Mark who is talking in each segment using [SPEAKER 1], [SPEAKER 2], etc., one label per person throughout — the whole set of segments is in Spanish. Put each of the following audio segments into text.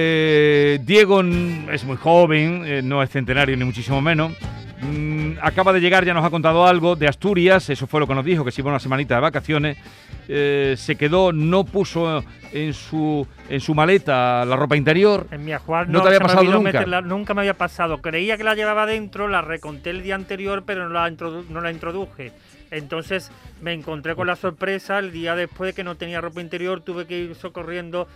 [SPEAKER 1] Eh, Diego n- es muy joven, eh, no es centenario ni muchísimo menos. Mm, acaba de llegar, ya nos ha contado algo de Asturias, eso fue lo que nos dijo, que se iba una semanita de vacaciones. Eh, se quedó, no puso en su, en su maleta la ropa interior.
[SPEAKER 2] En mi ajuar
[SPEAKER 1] ¿No
[SPEAKER 2] no,
[SPEAKER 1] te había
[SPEAKER 2] se me
[SPEAKER 1] pasado
[SPEAKER 2] olvidó
[SPEAKER 1] nunca?
[SPEAKER 2] meterla- nunca me había pasado. Creía que la llevaba dentro, la reconté el día anterior, pero no la, introdu- no la introduje. Entonces me encontré con la sorpresa el día después que no tenía ropa interior, tuve que ir socorriendo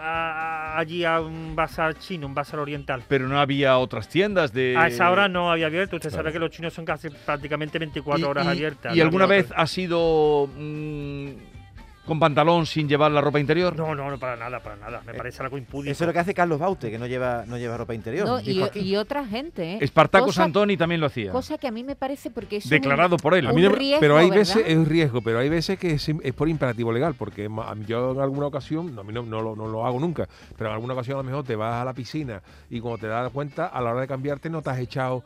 [SPEAKER 2] a- a- allí a un bazar chino, un bazar oriental.
[SPEAKER 1] Pero no había otras tiendas de...
[SPEAKER 2] A esa hora no había abierto, usted
[SPEAKER 1] Eh, claro.
[SPEAKER 2] sabe que los chinos son casi prácticamente
[SPEAKER 1] Y-
[SPEAKER 2] 24 horas
[SPEAKER 1] y-
[SPEAKER 2] abiertas.
[SPEAKER 1] ¿Y
[SPEAKER 2] no
[SPEAKER 1] alguna
[SPEAKER 2] había
[SPEAKER 1] vez
[SPEAKER 2] otro-
[SPEAKER 1] has ido mm, con pantalón sin llevar la ropa interior?
[SPEAKER 2] No, no, no, para nada, para nada.
[SPEAKER 1] Eh,
[SPEAKER 2] Me parece algo impúdico.
[SPEAKER 3] Eso es lo que hace Carlos Baute, que no lleva, no lleva ropa interior.
[SPEAKER 4] No,
[SPEAKER 3] dijo
[SPEAKER 4] y,
[SPEAKER 3] aquí.
[SPEAKER 4] y otra gente, ¿eh?
[SPEAKER 1] Espartaco
[SPEAKER 4] Cosa-
[SPEAKER 1] Santoni también lo hacía.
[SPEAKER 4] Cosa que a mí me parece porque es un-
[SPEAKER 1] Declarado por él.
[SPEAKER 4] un
[SPEAKER 5] A mí no-
[SPEAKER 4] riesgo,
[SPEAKER 5] pero hay
[SPEAKER 4] ¿verdad?
[SPEAKER 5] veces es un riesgo, pero hay veces que es, es por imperativo legal, porque es ma- yo en alguna ocasión, no, a mí no, no lo, no lo hago nunca, pero en alguna ocasión a lo mejor te vas a la piscina y cuando te das cuenta, a la hora de cambiarte no te has echado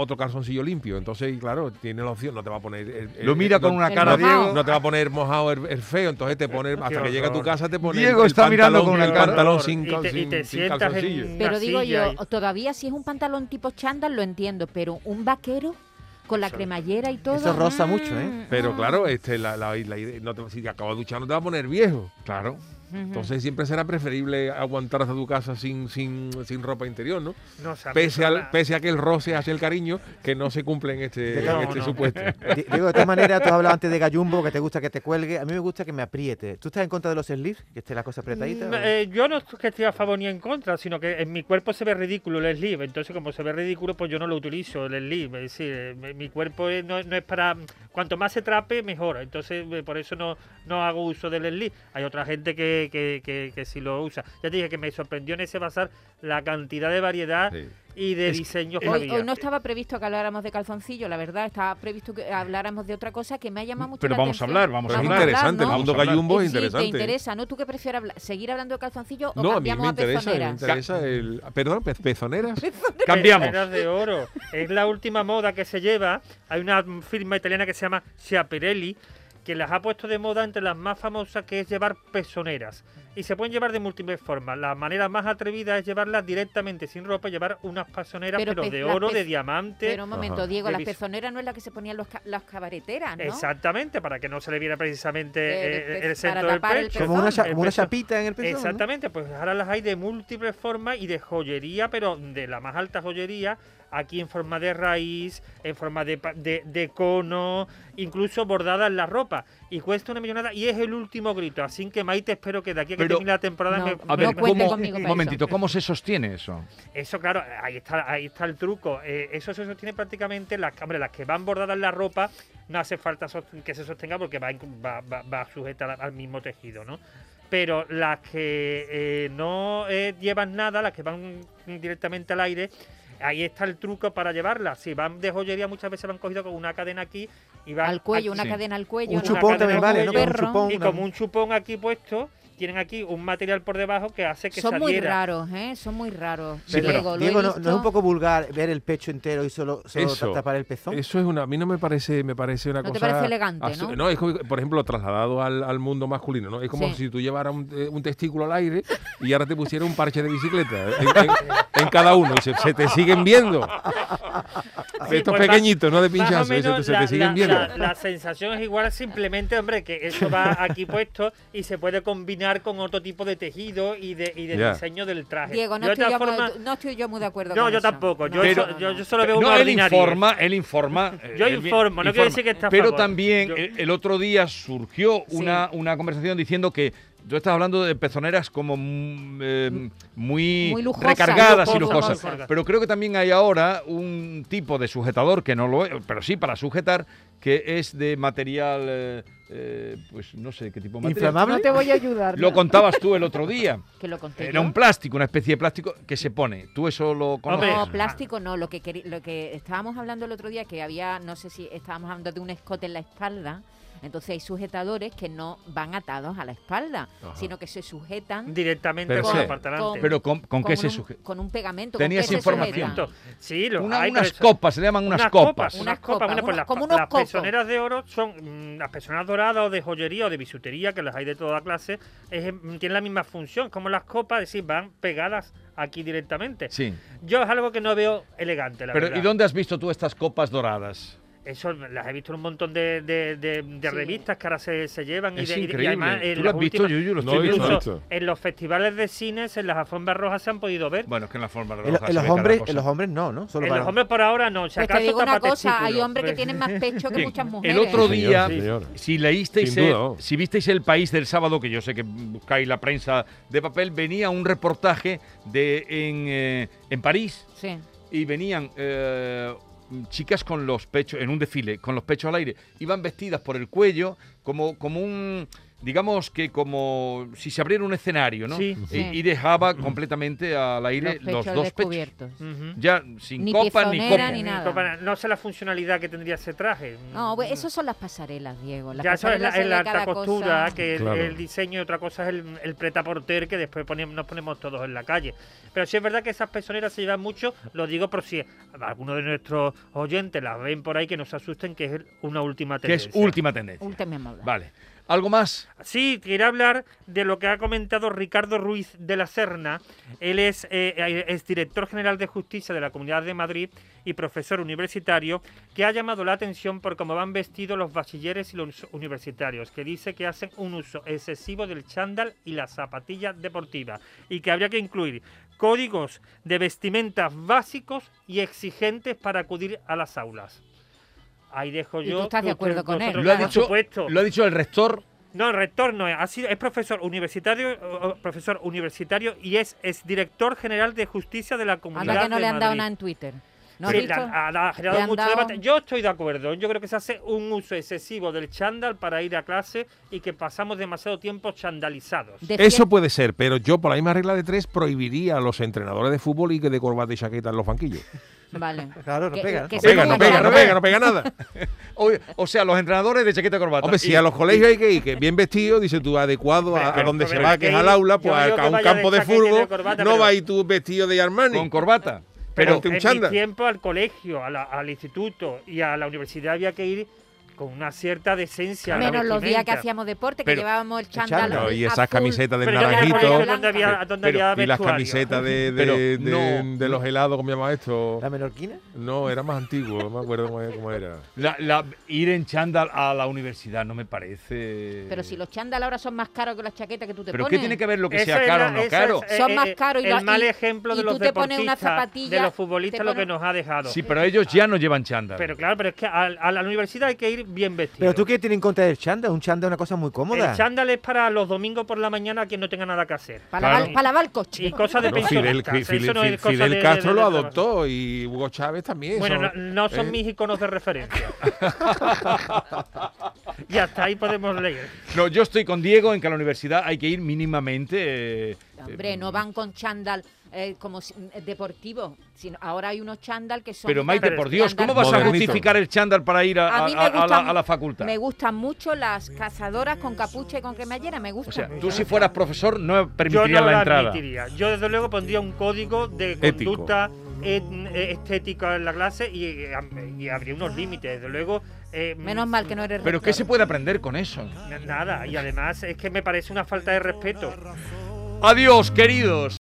[SPEAKER 5] otro calzoncillo limpio. Entonces, y claro, tienes la opción, no te va a poner... el- el-
[SPEAKER 1] Lo mira
[SPEAKER 5] no-
[SPEAKER 1] con una
[SPEAKER 4] El
[SPEAKER 1] cara,
[SPEAKER 5] no,
[SPEAKER 4] mojao.
[SPEAKER 1] Diego.
[SPEAKER 5] no te va a poner mojado el, el feo, entonces te pone, hasta que llega a tu casa te pone
[SPEAKER 1] Diego
[SPEAKER 5] el
[SPEAKER 1] está mirando con
[SPEAKER 5] pantalón-
[SPEAKER 1] una
[SPEAKER 5] el
[SPEAKER 1] cara-
[SPEAKER 5] pantalón sin,
[SPEAKER 2] Y te- y
[SPEAKER 5] sin-
[SPEAKER 2] te
[SPEAKER 5] sin
[SPEAKER 2] sientas en-
[SPEAKER 5] calzoncillo.
[SPEAKER 4] Pero
[SPEAKER 2] una
[SPEAKER 4] digo
[SPEAKER 2] silla
[SPEAKER 4] yo, todavía si es un pantalón tipo chándal lo entiendo, pero un vaquero con la cremallera y todo. mm,
[SPEAKER 3] Eso roza mucho, ¿eh?
[SPEAKER 4] Ah.
[SPEAKER 5] Pero claro, este, la, la- la idea- no te- si te acabas de duchar no te va a poner viejo. Claro. Entonces siempre será preferible aguantar hasta tu casa sin, sin, sin ropa interior, ¿no?
[SPEAKER 2] No, o sea, a mí
[SPEAKER 5] Pese,
[SPEAKER 2] eso
[SPEAKER 5] al,
[SPEAKER 2] la-
[SPEAKER 5] pese a que el roce hace el cariño, que no se cumple en este,
[SPEAKER 2] No,
[SPEAKER 5] en este
[SPEAKER 2] no.
[SPEAKER 5] supuesto.
[SPEAKER 3] Pues, Di- Digo, de todas maneras, tú has hablado antes de gallumbo, que te gusta que te cuelgue. A mí me gusta que me apriete. ¿Tú estás en contra de los sleeves? Que esté la cosa apretadita.
[SPEAKER 4] Mm,
[SPEAKER 2] No,
[SPEAKER 3] o-
[SPEAKER 2] eh, yo no es que esté a favor ni en contra, sino que en mi cuerpo se ve ridículo el sleeve. Entonces, como se ve ridículo, pues yo no lo utilizo el sleeve. Es decir, eh, mi- mi cuerpo eh, no, no es para. Cuanto más se trape, mejor. Entonces, eh, por eso no, no hago uso del sleeve. Hay otra gente que, que, que- que sí lo usa. Ya te dije que me sorprendió en ese bazar la cantidad de variedad y de diseños que
[SPEAKER 4] Hoy,
[SPEAKER 2] había.
[SPEAKER 4] hoy no estaba previsto que habláramos de calzoncillo, la verdad, estaba previsto que habláramos de otra cosa que me ha llamado mucho
[SPEAKER 1] Pero
[SPEAKER 4] la
[SPEAKER 1] vamos a
[SPEAKER 4] atención.
[SPEAKER 1] hablar, vamos
[SPEAKER 5] Pero
[SPEAKER 1] a
[SPEAKER 5] es
[SPEAKER 4] Vamos
[SPEAKER 1] hablar.
[SPEAKER 5] interesante, el
[SPEAKER 4] ¿no?
[SPEAKER 5] mundo
[SPEAKER 1] Vamos a hablar.
[SPEAKER 5] gallumbo
[SPEAKER 4] Eh,
[SPEAKER 5] es
[SPEAKER 4] sí, te
[SPEAKER 5] interesante.
[SPEAKER 4] interesa, ¿no? ¿Tú qué prefieres habla- seguir hablando de calzoncillo o
[SPEAKER 5] No, a mí
[SPEAKER 4] cambiamos
[SPEAKER 5] me
[SPEAKER 4] a,
[SPEAKER 5] interesa, me
[SPEAKER 4] pezoneras?
[SPEAKER 5] interesa el... Perdón, pe- pezoneras.
[SPEAKER 1] Cambiamos.
[SPEAKER 2] Pezoneras de oro. Es la última moda que se lleva. Hay una firma italiana que se llama Schiaparelli que las ha puesto de moda entre las más famosas que es llevar pezoneras. Y se pueden llevar de múltiples formas. La manera más atrevida es llevarlas directamente sin ropa, llevar unas pezoneras
[SPEAKER 4] Pero
[SPEAKER 2] pero,
[SPEAKER 4] pez-
[SPEAKER 2] de
[SPEAKER 4] las
[SPEAKER 2] oro,
[SPEAKER 4] pez-
[SPEAKER 2] de diamante.
[SPEAKER 4] Pero un momento,
[SPEAKER 5] Ajá.
[SPEAKER 4] Diego,
[SPEAKER 2] De
[SPEAKER 4] las
[SPEAKER 2] bis-
[SPEAKER 4] pezoneras no es la que se ponían los ca- las cabareteras, ¿no?
[SPEAKER 2] Exactamente, para que no se le viera precisamente
[SPEAKER 4] El
[SPEAKER 2] eh,
[SPEAKER 4] pez-
[SPEAKER 2] el,
[SPEAKER 4] para
[SPEAKER 2] centro del
[SPEAKER 4] tapar el
[SPEAKER 2] pecho.
[SPEAKER 4] pezón.
[SPEAKER 3] como una, cha-
[SPEAKER 2] El
[SPEAKER 3] como una
[SPEAKER 2] pezón.
[SPEAKER 3] chapita en el pezón. ¿no?
[SPEAKER 2] Exactamente, pues ahora las hay de múltiples formas y de joyería, pero de la más alta joyería, aquí en forma de raíz, en forma de, pa- de, de cono, incluso bordada en la ropa. Y cuesta una millonada y es el último grito. Así que Maite, espero que de aquí a que
[SPEAKER 1] Pero,
[SPEAKER 2] termine la temporada
[SPEAKER 4] no,
[SPEAKER 2] me,
[SPEAKER 4] no
[SPEAKER 1] A
[SPEAKER 2] me
[SPEAKER 1] ver,
[SPEAKER 4] cuente
[SPEAKER 1] ¿cómo,
[SPEAKER 4] conmigo
[SPEAKER 1] un
[SPEAKER 4] para
[SPEAKER 1] momentito, ¿cómo se sostiene eso?
[SPEAKER 2] eso, claro, ahí está, ahí está el truco. Eh, eso se sostiene prácticamente, las, hombre, las que van bordadas en la ropa, no hace falta sost- que se sostenga porque va, inclu- va, va- va sujeta al- al mismo tejido, ¿no? Pero las que eh, no eh, llevan nada, las que van directamente al aire, ahí está el truco para llevarlas. Si van de joyería, muchas veces van cogido con una cadena aquí y van
[SPEAKER 4] Al cuello,
[SPEAKER 2] aquí.
[SPEAKER 4] una
[SPEAKER 1] Sí.
[SPEAKER 4] cadena al cuello.
[SPEAKER 3] Un
[SPEAKER 4] una
[SPEAKER 3] chupón
[SPEAKER 4] cadena
[SPEAKER 3] también
[SPEAKER 4] al
[SPEAKER 3] vale, ¿no? Con un
[SPEAKER 4] perro.
[SPEAKER 3] chupón.
[SPEAKER 2] Y
[SPEAKER 3] una-
[SPEAKER 2] como un chupón aquí puesto, tienen aquí un material por debajo que hace que
[SPEAKER 4] Son
[SPEAKER 2] se
[SPEAKER 4] muy
[SPEAKER 2] adhiera.
[SPEAKER 4] raros, ¿eh? Son muy raros.
[SPEAKER 1] Sí, pero-
[SPEAKER 4] Diego, lo he
[SPEAKER 3] Diego, no,
[SPEAKER 4] visto.
[SPEAKER 3] ¿no es un poco vulgar ver el pecho entero y solo, solo
[SPEAKER 5] Eso.
[SPEAKER 3] tapar el pezón?
[SPEAKER 5] Eso es una, a mí no me parece, me parece una
[SPEAKER 4] No te
[SPEAKER 5] cosa.
[SPEAKER 4] parece elegante,
[SPEAKER 5] absu-
[SPEAKER 4] ¿no?
[SPEAKER 5] es como, por ejemplo, trasladado al, al mundo masculino, ¿no? Es como
[SPEAKER 4] Sí.
[SPEAKER 5] si tú llevaras un, eh, un testículo al aire y ahora te pusiera un parche de bicicleta ¿eh? en, en- en cada uno y se, se te siguen viendo.
[SPEAKER 2] Sí,
[SPEAKER 5] Estos
[SPEAKER 2] pues,
[SPEAKER 5] pequeñitos, no de
[SPEAKER 2] más o
[SPEAKER 5] pinchazo, y se, te-
[SPEAKER 2] menos
[SPEAKER 5] se
[SPEAKER 2] la-
[SPEAKER 5] te siguen
[SPEAKER 2] la-
[SPEAKER 5] viendo.
[SPEAKER 2] La, la sensación es igual, simplemente, hombre, que eso va aquí puesto y se puede combinar con otro tipo de tejido y de, y de
[SPEAKER 5] Ya.
[SPEAKER 2] diseño del traje.
[SPEAKER 4] Diego, no
[SPEAKER 2] De
[SPEAKER 4] estoy,
[SPEAKER 2] otra
[SPEAKER 4] yo muy-
[SPEAKER 2] forma-
[SPEAKER 4] no estoy yo muy de acuerdo
[SPEAKER 2] no,
[SPEAKER 4] con
[SPEAKER 2] yo
[SPEAKER 4] eso.
[SPEAKER 2] tampoco.
[SPEAKER 4] No,
[SPEAKER 2] Yo,
[SPEAKER 4] no,
[SPEAKER 2] eso-
[SPEAKER 4] no,
[SPEAKER 2] yo,
[SPEAKER 4] no.
[SPEAKER 2] yo solo veo
[SPEAKER 1] no,
[SPEAKER 2] una
[SPEAKER 1] él
[SPEAKER 2] ordinaria.
[SPEAKER 1] informa, él informa. eh,
[SPEAKER 2] Yo
[SPEAKER 1] él bien-
[SPEAKER 2] informo, no quiere decir que está a
[SPEAKER 1] Pero
[SPEAKER 2] favor.
[SPEAKER 1] también
[SPEAKER 2] Yo-
[SPEAKER 1] el, el otro día surgió
[SPEAKER 4] Sí.
[SPEAKER 1] una, una conversación diciendo que tú estás hablando de pezoneras como mm, eh, muy,
[SPEAKER 4] Muy lujosas,
[SPEAKER 1] recargadas y
[SPEAKER 4] lujosas.
[SPEAKER 1] lujosas. Pero creo que también hay ahora un tipo de sujetador que no lo es, pero sí para sujetar, que es de material, eh, eh, pues no sé qué tipo de material.
[SPEAKER 3] ¿Inflamable?
[SPEAKER 6] No te voy a ayudar.
[SPEAKER 1] Lo
[SPEAKER 6] ¿no?
[SPEAKER 1] contabas tú el otro día.
[SPEAKER 4] Que lo conté
[SPEAKER 1] Era
[SPEAKER 4] yo.
[SPEAKER 1] un plástico, una especie de plástico que se pone. Tú eso lo conoces.
[SPEAKER 2] Hombre.
[SPEAKER 4] No, plástico no. Lo que, queri- lo que estábamos hablando el otro día, que había, no sé si estábamos hablando de un escote en la espalda, Entonces hay sujetadores que no van atados a la espalda,
[SPEAKER 5] Ajá.
[SPEAKER 4] sino que se sujetan
[SPEAKER 2] Directamente
[SPEAKER 5] Pero
[SPEAKER 2] con
[SPEAKER 5] sí.
[SPEAKER 2] la parte delante.
[SPEAKER 1] Pero ¿con, con qué se
[SPEAKER 4] un,
[SPEAKER 1] sujeta?
[SPEAKER 4] con un pegamento.
[SPEAKER 1] Tenías
[SPEAKER 4] ¿con qué se
[SPEAKER 1] información.
[SPEAKER 4] sujeta?
[SPEAKER 2] Sí, lo
[SPEAKER 1] Una-
[SPEAKER 2] hay,
[SPEAKER 1] unas
[SPEAKER 2] pero-
[SPEAKER 1] copas, se le llaman unas, copas.
[SPEAKER 2] Unas
[SPEAKER 4] Unas
[SPEAKER 2] copas,
[SPEAKER 4] copas,
[SPEAKER 2] bueno, pues
[SPEAKER 4] una-
[SPEAKER 2] las,
[SPEAKER 4] como
[SPEAKER 2] pa-
[SPEAKER 4] unos
[SPEAKER 2] las
[SPEAKER 4] copos.
[SPEAKER 2] personeras de oro son mm, las personas doradas o de joyería o de bisutería, que las hay de toda clase, es, mm, tienen la misma función, como las copas, es decir, van pegadas aquí directamente.
[SPEAKER 1] Sí.
[SPEAKER 2] Yo es algo que no veo elegante, la
[SPEAKER 1] Pero
[SPEAKER 2] verdad.
[SPEAKER 1] ¿y dónde has visto tú estas copas doradas?
[SPEAKER 2] Eso las he visto en un montón de, de- de- de
[SPEAKER 4] Sí.
[SPEAKER 2] revistas que ahora se, se llevan. y
[SPEAKER 1] Es
[SPEAKER 2] de- y de- y
[SPEAKER 1] increíble.
[SPEAKER 2] además, eh, en
[SPEAKER 1] ¿Tú lo
[SPEAKER 2] las
[SPEAKER 1] has visto,
[SPEAKER 2] últimas-
[SPEAKER 1] Yuyu? Lo estoy
[SPEAKER 5] No, yo no.
[SPEAKER 1] viendo.
[SPEAKER 5] he
[SPEAKER 2] Incluso
[SPEAKER 5] visto.
[SPEAKER 2] en los festivales de cines, en las alfombras rojas se han podido ver.
[SPEAKER 1] Bueno, es que en la forma
[SPEAKER 3] En, lo-
[SPEAKER 1] roja
[SPEAKER 3] en
[SPEAKER 1] se
[SPEAKER 3] los
[SPEAKER 1] ve cada
[SPEAKER 3] hombres,
[SPEAKER 1] cosa.
[SPEAKER 3] en los hombres no, ¿no? Solo
[SPEAKER 2] en
[SPEAKER 3] para-
[SPEAKER 2] los hombres por ahora no. Si
[SPEAKER 4] Pues te
[SPEAKER 2] acaso
[SPEAKER 4] digo una
[SPEAKER 2] tapa
[SPEAKER 4] cosa, hay
[SPEAKER 2] testículos.
[SPEAKER 4] hombres que tienen más pecho que
[SPEAKER 1] Bien,
[SPEAKER 4] muchas mujeres.
[SPEAKER 1] el otro
[SPEAKER 5] Sí, señor,
[SPEAKER 1] día,
[SPEAKER 5] sí, señor.
[SPEAKER 1] si leísteis,
[SPEAKER 5] Sin
[SPEAKER 1] eh,
[SPEAKER 5] duda, vamos.
[SPEAKER 1] si visteis El País del Sábado, que yo sé que buscáis la prensa de papel, venía un reportaje de en, eh, en París
[SPEAKER 4] Sí.
[SPEAKER 1] y venían eh, chicas con los pechos, en un desfile, con los pechos al aire. Iban vestidas por el cuello como, como un... Digamos que como si se abriera un escenario, ¿no?
[SPEAKER 2] Sí.
[SPEAKER 1] Y-
[SPEAKER 4] Sí.
[SPEAKER 1] Y, dejaba completamente al
[SPEAKER 4] Los
[SPEAKER 1] aire los,
[SPEAKER 4] pechos
[SPEAKER 1] dos pechos.
[SPEAKER 4] descubiertos.
[SPEAKER 2] Ujú.
[SPEAKER 1] Ya sin
[SPEAKER 4] Ni
[SPEAKER 1] copa ni
[SPEAKER 4] pezonera,
[SPEAKER 1] copa.
[SPEAKER 4] ni nada.
[SPEAKER 2] Copa- No sé la funcionalidad que tendría ese traje. Mm,
[SPEAKER 4] No, pues esas son las pasarelas, Diego. Las
[SPEAKER 2] ya eso es la,
[SPEAKER 4] pasarelas
[SPEAKER 2] es
[SPEAKER 4] son
[SPEAKER 2] la
[SPEAKER 4] de
[SPEAKER 2] alta
[SPEAKER 4] cada
[SPEAKER 2] costura,
[SPEAKER 4] cosa.
[SPEAKER 2] que es
[SPEAKER 5] Claro.
[SPEAKER 2] el diseño, y otra cosa es el, el pretaporter que después ponemos, nos ponemos todos en la calle. Pero sí es verdad que esas personeras se llevan mucho, lo digo por si alguno de nuestros oyentes las ven por ahí, que no se asusten, que es el- una última
[SPEAKER 1] Que es
[SPEAKER 2] tendencia.
[SPEAKER 1] última tendencia.
[SPEAKER 4] Un tema moda.
[SPEAKER 1] Vale. ¿Algo más?
[SPEAKER 2] Sí, quería hablar de lo que ha comentado Ricardo Ruiz de la Serna. Él es, eh, es director general de justicia de la Comunidad de Madrid y profesor universitario que ha llamado la atención por cómo van vestidos los bachilleres y los universitarios, que dice que hacen un uso excesivo del chándal y la zapatilla deportiva y que habría que incluir códigos de vestimentas básicos y exigentes para acudir a las aulas. Ahí dejo
[SPEAKER 4] Y
[SPEAKER 2] yo.
[SPEAKER 4] tú estás de acuerdo con él,
[SPEAKER 2] vosotros,
[SPEAKER 1] Lo ha,
[SPEAKER 4] Por
[SPEAKER 1] dicho,
[SPEAKER 2] supuesto.
[SPEAKER 1] lo ha dicho el rector.
[SPEAKER 2] No, el rector no es. Ha sido, es profesor universitario, o- o profesor universitario y es, es director general de justicia de la comunidad.
[SPEAKER 4] Anda Ah, que no
[SPEAKER 2] de
[SPEAKER 4] le han dado
[SPEAKER 2] Madrid.
[SPEAKER 4] nada en Twitter. ¿No has
[SPEAKER 2] Sí,
[SPEAKER 4] visto?
[SPEAKER 2] la- ha- ha generado
[SPEAKER 4] Le han
[SPEAKER 2] mucho
[SPEAKER 4] dado-
[SPEAKER 2] debate. Yo estoy de acuerdo. Yo creo que se hace un uso excesivo del chándal para ir a clase y que pasamos demasiado tiempo chandalizados.
[SPEAKER 4] Defiende-
[SPEAKER 5] Eso puede ser, pero yo por la misma regla de tres prohibiría a los entrenadores de fútbol y que de corbata y chaqueta en los banquillos.
[SPEAKER 4] Vale.
[SPEAKER 3] Claro, no
[SPEAKER 4] Que-
[SPEAKER 3] pega, ¿no?
[SPEAKER 4] que
[SPEAKER 3] No
[SPEAKER 4] se
[SPEAKER 5] Pega, no
[SPEAKER 4] ponga-
[SPEAKER 5] pega, no pega, no pega nada.
[SPEAKER 1] O, o sea, los entrenadores de chaqueta y corbata.
[SPEAKER 5] Hombre,
[SPEAKER 1] Y-
[SPEAKER 5] si a los colegios hay que ir, que bien vestido, dice tú, adecuado a, a
[SPEAKER 2] Pero,
[SPEAKER 5] donde se
[SPEAKER 2] pero
[SPEAKER 5] va,
[SPEAKER 2] es
[SPEAKER 5] que es
[SPEAKER 2] que
[SPEAKER 5] al aula, pues
[SPEAKER 2] yo digo
[SPEAKER 5] a,
[SPEAKER 2] que
[SPEAKER 5] a un
[SPEAKER 2] vaya de
[SPEAKER 5] campo de
[SPEAKER 2] chaqueta y de
[SPEAKER 5] fútbol,
[SPEAKER 2] corbata,
[SPEAKER 5] no
[SPEAKER 2] pero-
[SPEAKER 5] va y tú vestido de Armani.
[SPEAKER 1] con corbata.
[SPEAKER 2] Pero
[SPEAKER 1] Pero,
[SPEAKER 5] Ponte un
[SPEAKER 2] en mi
[SPEAKER 5] chándal.
[SPEAKER 2] tiempo al colegio, a la- al instituto y a la universidad había que ir con una cierta decencia. a la
[SPEAKER 4] Menos los días que
[SPEAKER 2] vestimenta.
[SPEAKER 4] hacíamos deporte, que
[SPEAKER 1] Pero-
[SPEAKER 4] llevábamos el chándal.
[SPEAKER 3] chándal.
[SPEAKER 5] No, y
[SPEAKER 4] azul.
[SPEAKER 5] esas camisetas de
[SPEAKER 2] Pero yo me acuerdo
[SPEAKER 5] naranjito
[SPEAKER 2] donde había, donde
[SPEAKER 1] Pero-
[SPEAKER 2] había
[SPEAKER 5] y las
[SPEAKER 2] vestuario.
[SPEAKER 5] camisetas de, de-
[SPEAKER 1] Pero
[SPEAKER 5] de-
[SPEAKER 1] no-
[SPEAKER 5] de los helados, ¿cómo se llamaba esto?
[SPEAKER 3] ¿La menorquina?
[SPEAKER 5] No, era más antiguo, no me acuerdo cómo era- cómo era.
[SPEAKER 1] la- la- ir en chándal a la universidad no me parece.
[SPEAKER 4] Pero si los chándal ahora son más caros que las chaquetas que tú te
[SPEAKER 1] ¿Pero qué
[SPEAKER 4] pones.
[SPEAKER 1] tiene que ver lo que
[SPEAKER 2] Esa
[SPEAKER 1] sea
[SPEAKER 2] es
[SPEAKER 1] caro
[SPEAKER 2] la-
[SPEAKER 1] o no
[SPEAKER 2] esa
[SPEAKER 1] caro?
[SPEAKER 2] es, eh,
[SPEAKER 4] Son
[SPEAKER 2] eh,
[SPEAKER 4] más caros y
[SPEAKER 2] el
[SPEAKER 4] lo-
[SPEAKER 2] mal
[SPEAKER 4] y-
[SPEAKER 2] ejemplo de
[SPEAKER 4] y
[SPEAKER 2] los
[SPEAKER 4] tú te pones una
[SPEAKER 2] deportistas, de
[SPEAKER 4] zapatilla,
[SPEAKER 2] los
[SPEAKER 4] te
[SPEAKER 2] futbolistas, lo
[SPEAKER 4] pones-
[SPEAKER 2] que nos ha dejado.
[SPEAKER 1] Sí, pero ellos ya no llevan chándal.
[SPEAKER 2] Pero claro, pero es que a, a la universidad hay que ir bien vestido.
[SPEAKER 3] Pero tú qué tienes en contra del chándal, un chándal es una cosa muy cómoda.
[SPEAKER 2] El chándal es para los domingos por la mañana a quien no tenga nada que hacer.
[SPEAKER 4] Para,
[SPEAKER 1] Claro.
[SPEAKER 4] lavar, para lavar el coche.
[SPEAKER 2] Y cosas de
[SPEAKER 5] Bueno, Fidel,
[SPEAKER 2] pensionistas,
[SPEAKER 5] Fi-
[SPEAKER 2] eso no
[SPEAKER 5] Fidel-
[SPEAKER 2] es cosa
[SPEAKER 5] Fidel
[SPEAKER 2] de- de-
[SPEAKER 5] Castro
[SPEAKER 2] de-
[SPEAKER 5] lo
[SPEAKER 2] de- de-
[SPEAKER 5] adoptó y Hugo Chávez también.
[SPEAKER 2] Bueno, no,
[SPEAKER 5] son-
[SPEAKER 2] no son
[SPEAKER 5] ¿eh?
[SPEAKER 2] mis iconos de referencia. y hasta ahí podemos leer.
[SPEAKER 1] No, yo estoy con Diego en que a la universidad hay que ir mínimamente. eh,
[SPEAKER 4] Hombre,
[SPEAKER 1] eh,
[SPEAKER 4] no van con chándal eh, como si- eh, deportivo. Sino ahora hay unos chándal que son.
[SPEAKER 1] Pero Maite,
[SPEAKER 2] Pero
[SPEAKER 1] por
[SPEAKER 2] es
[SPEAKER 1] Dios,
[SPEAKER 4] chándal
[SPEAKER 1] ¿cómo vas a
[SPEAKER 5] modernito.
[SPEAKER 1] justificar el chándal para ir a,
[SPEAKER 4] A mí
[SPEAKER 1] a-
[SPEAKER 4] me
[SPEAKER 1] a- a la,
[SPEAKER 4] gustan-
[SPEAKER 1] a la facultad?
[SPEAKER 4] Me gustan mucho las cazadoras con capucha y con cremallera, me
[SPEAKER 1] O
[SPEAKER 4] gustan.
[SPEAKER 1] sea, tú si fueras profesor no permitirías
[SPEAKER 2] Yo no
[SPEAKER 1] la
[SPEAKER 2] la
[SPEAKER 1] entrada.
[SPEAKER 2] admitiría. Yo desde luego pondría un código de
[SPEAKER 5] Ético.
[SPEAKER 2] conducta et- eh, estética en la clase y, eh, y habría unos límites. Desde luego. eh,
[SPEAKER 4] Menos mal que no eres
[SPEAKER 1] Pero ¿qué
[SPEAKER 4] rector.
[SPEAKER 1] se puede aprender con eso?
[SPEAKER 2] Nada, y además es que me parece una falta de respeto.
[SPEAKER 1] Adiós, queridos.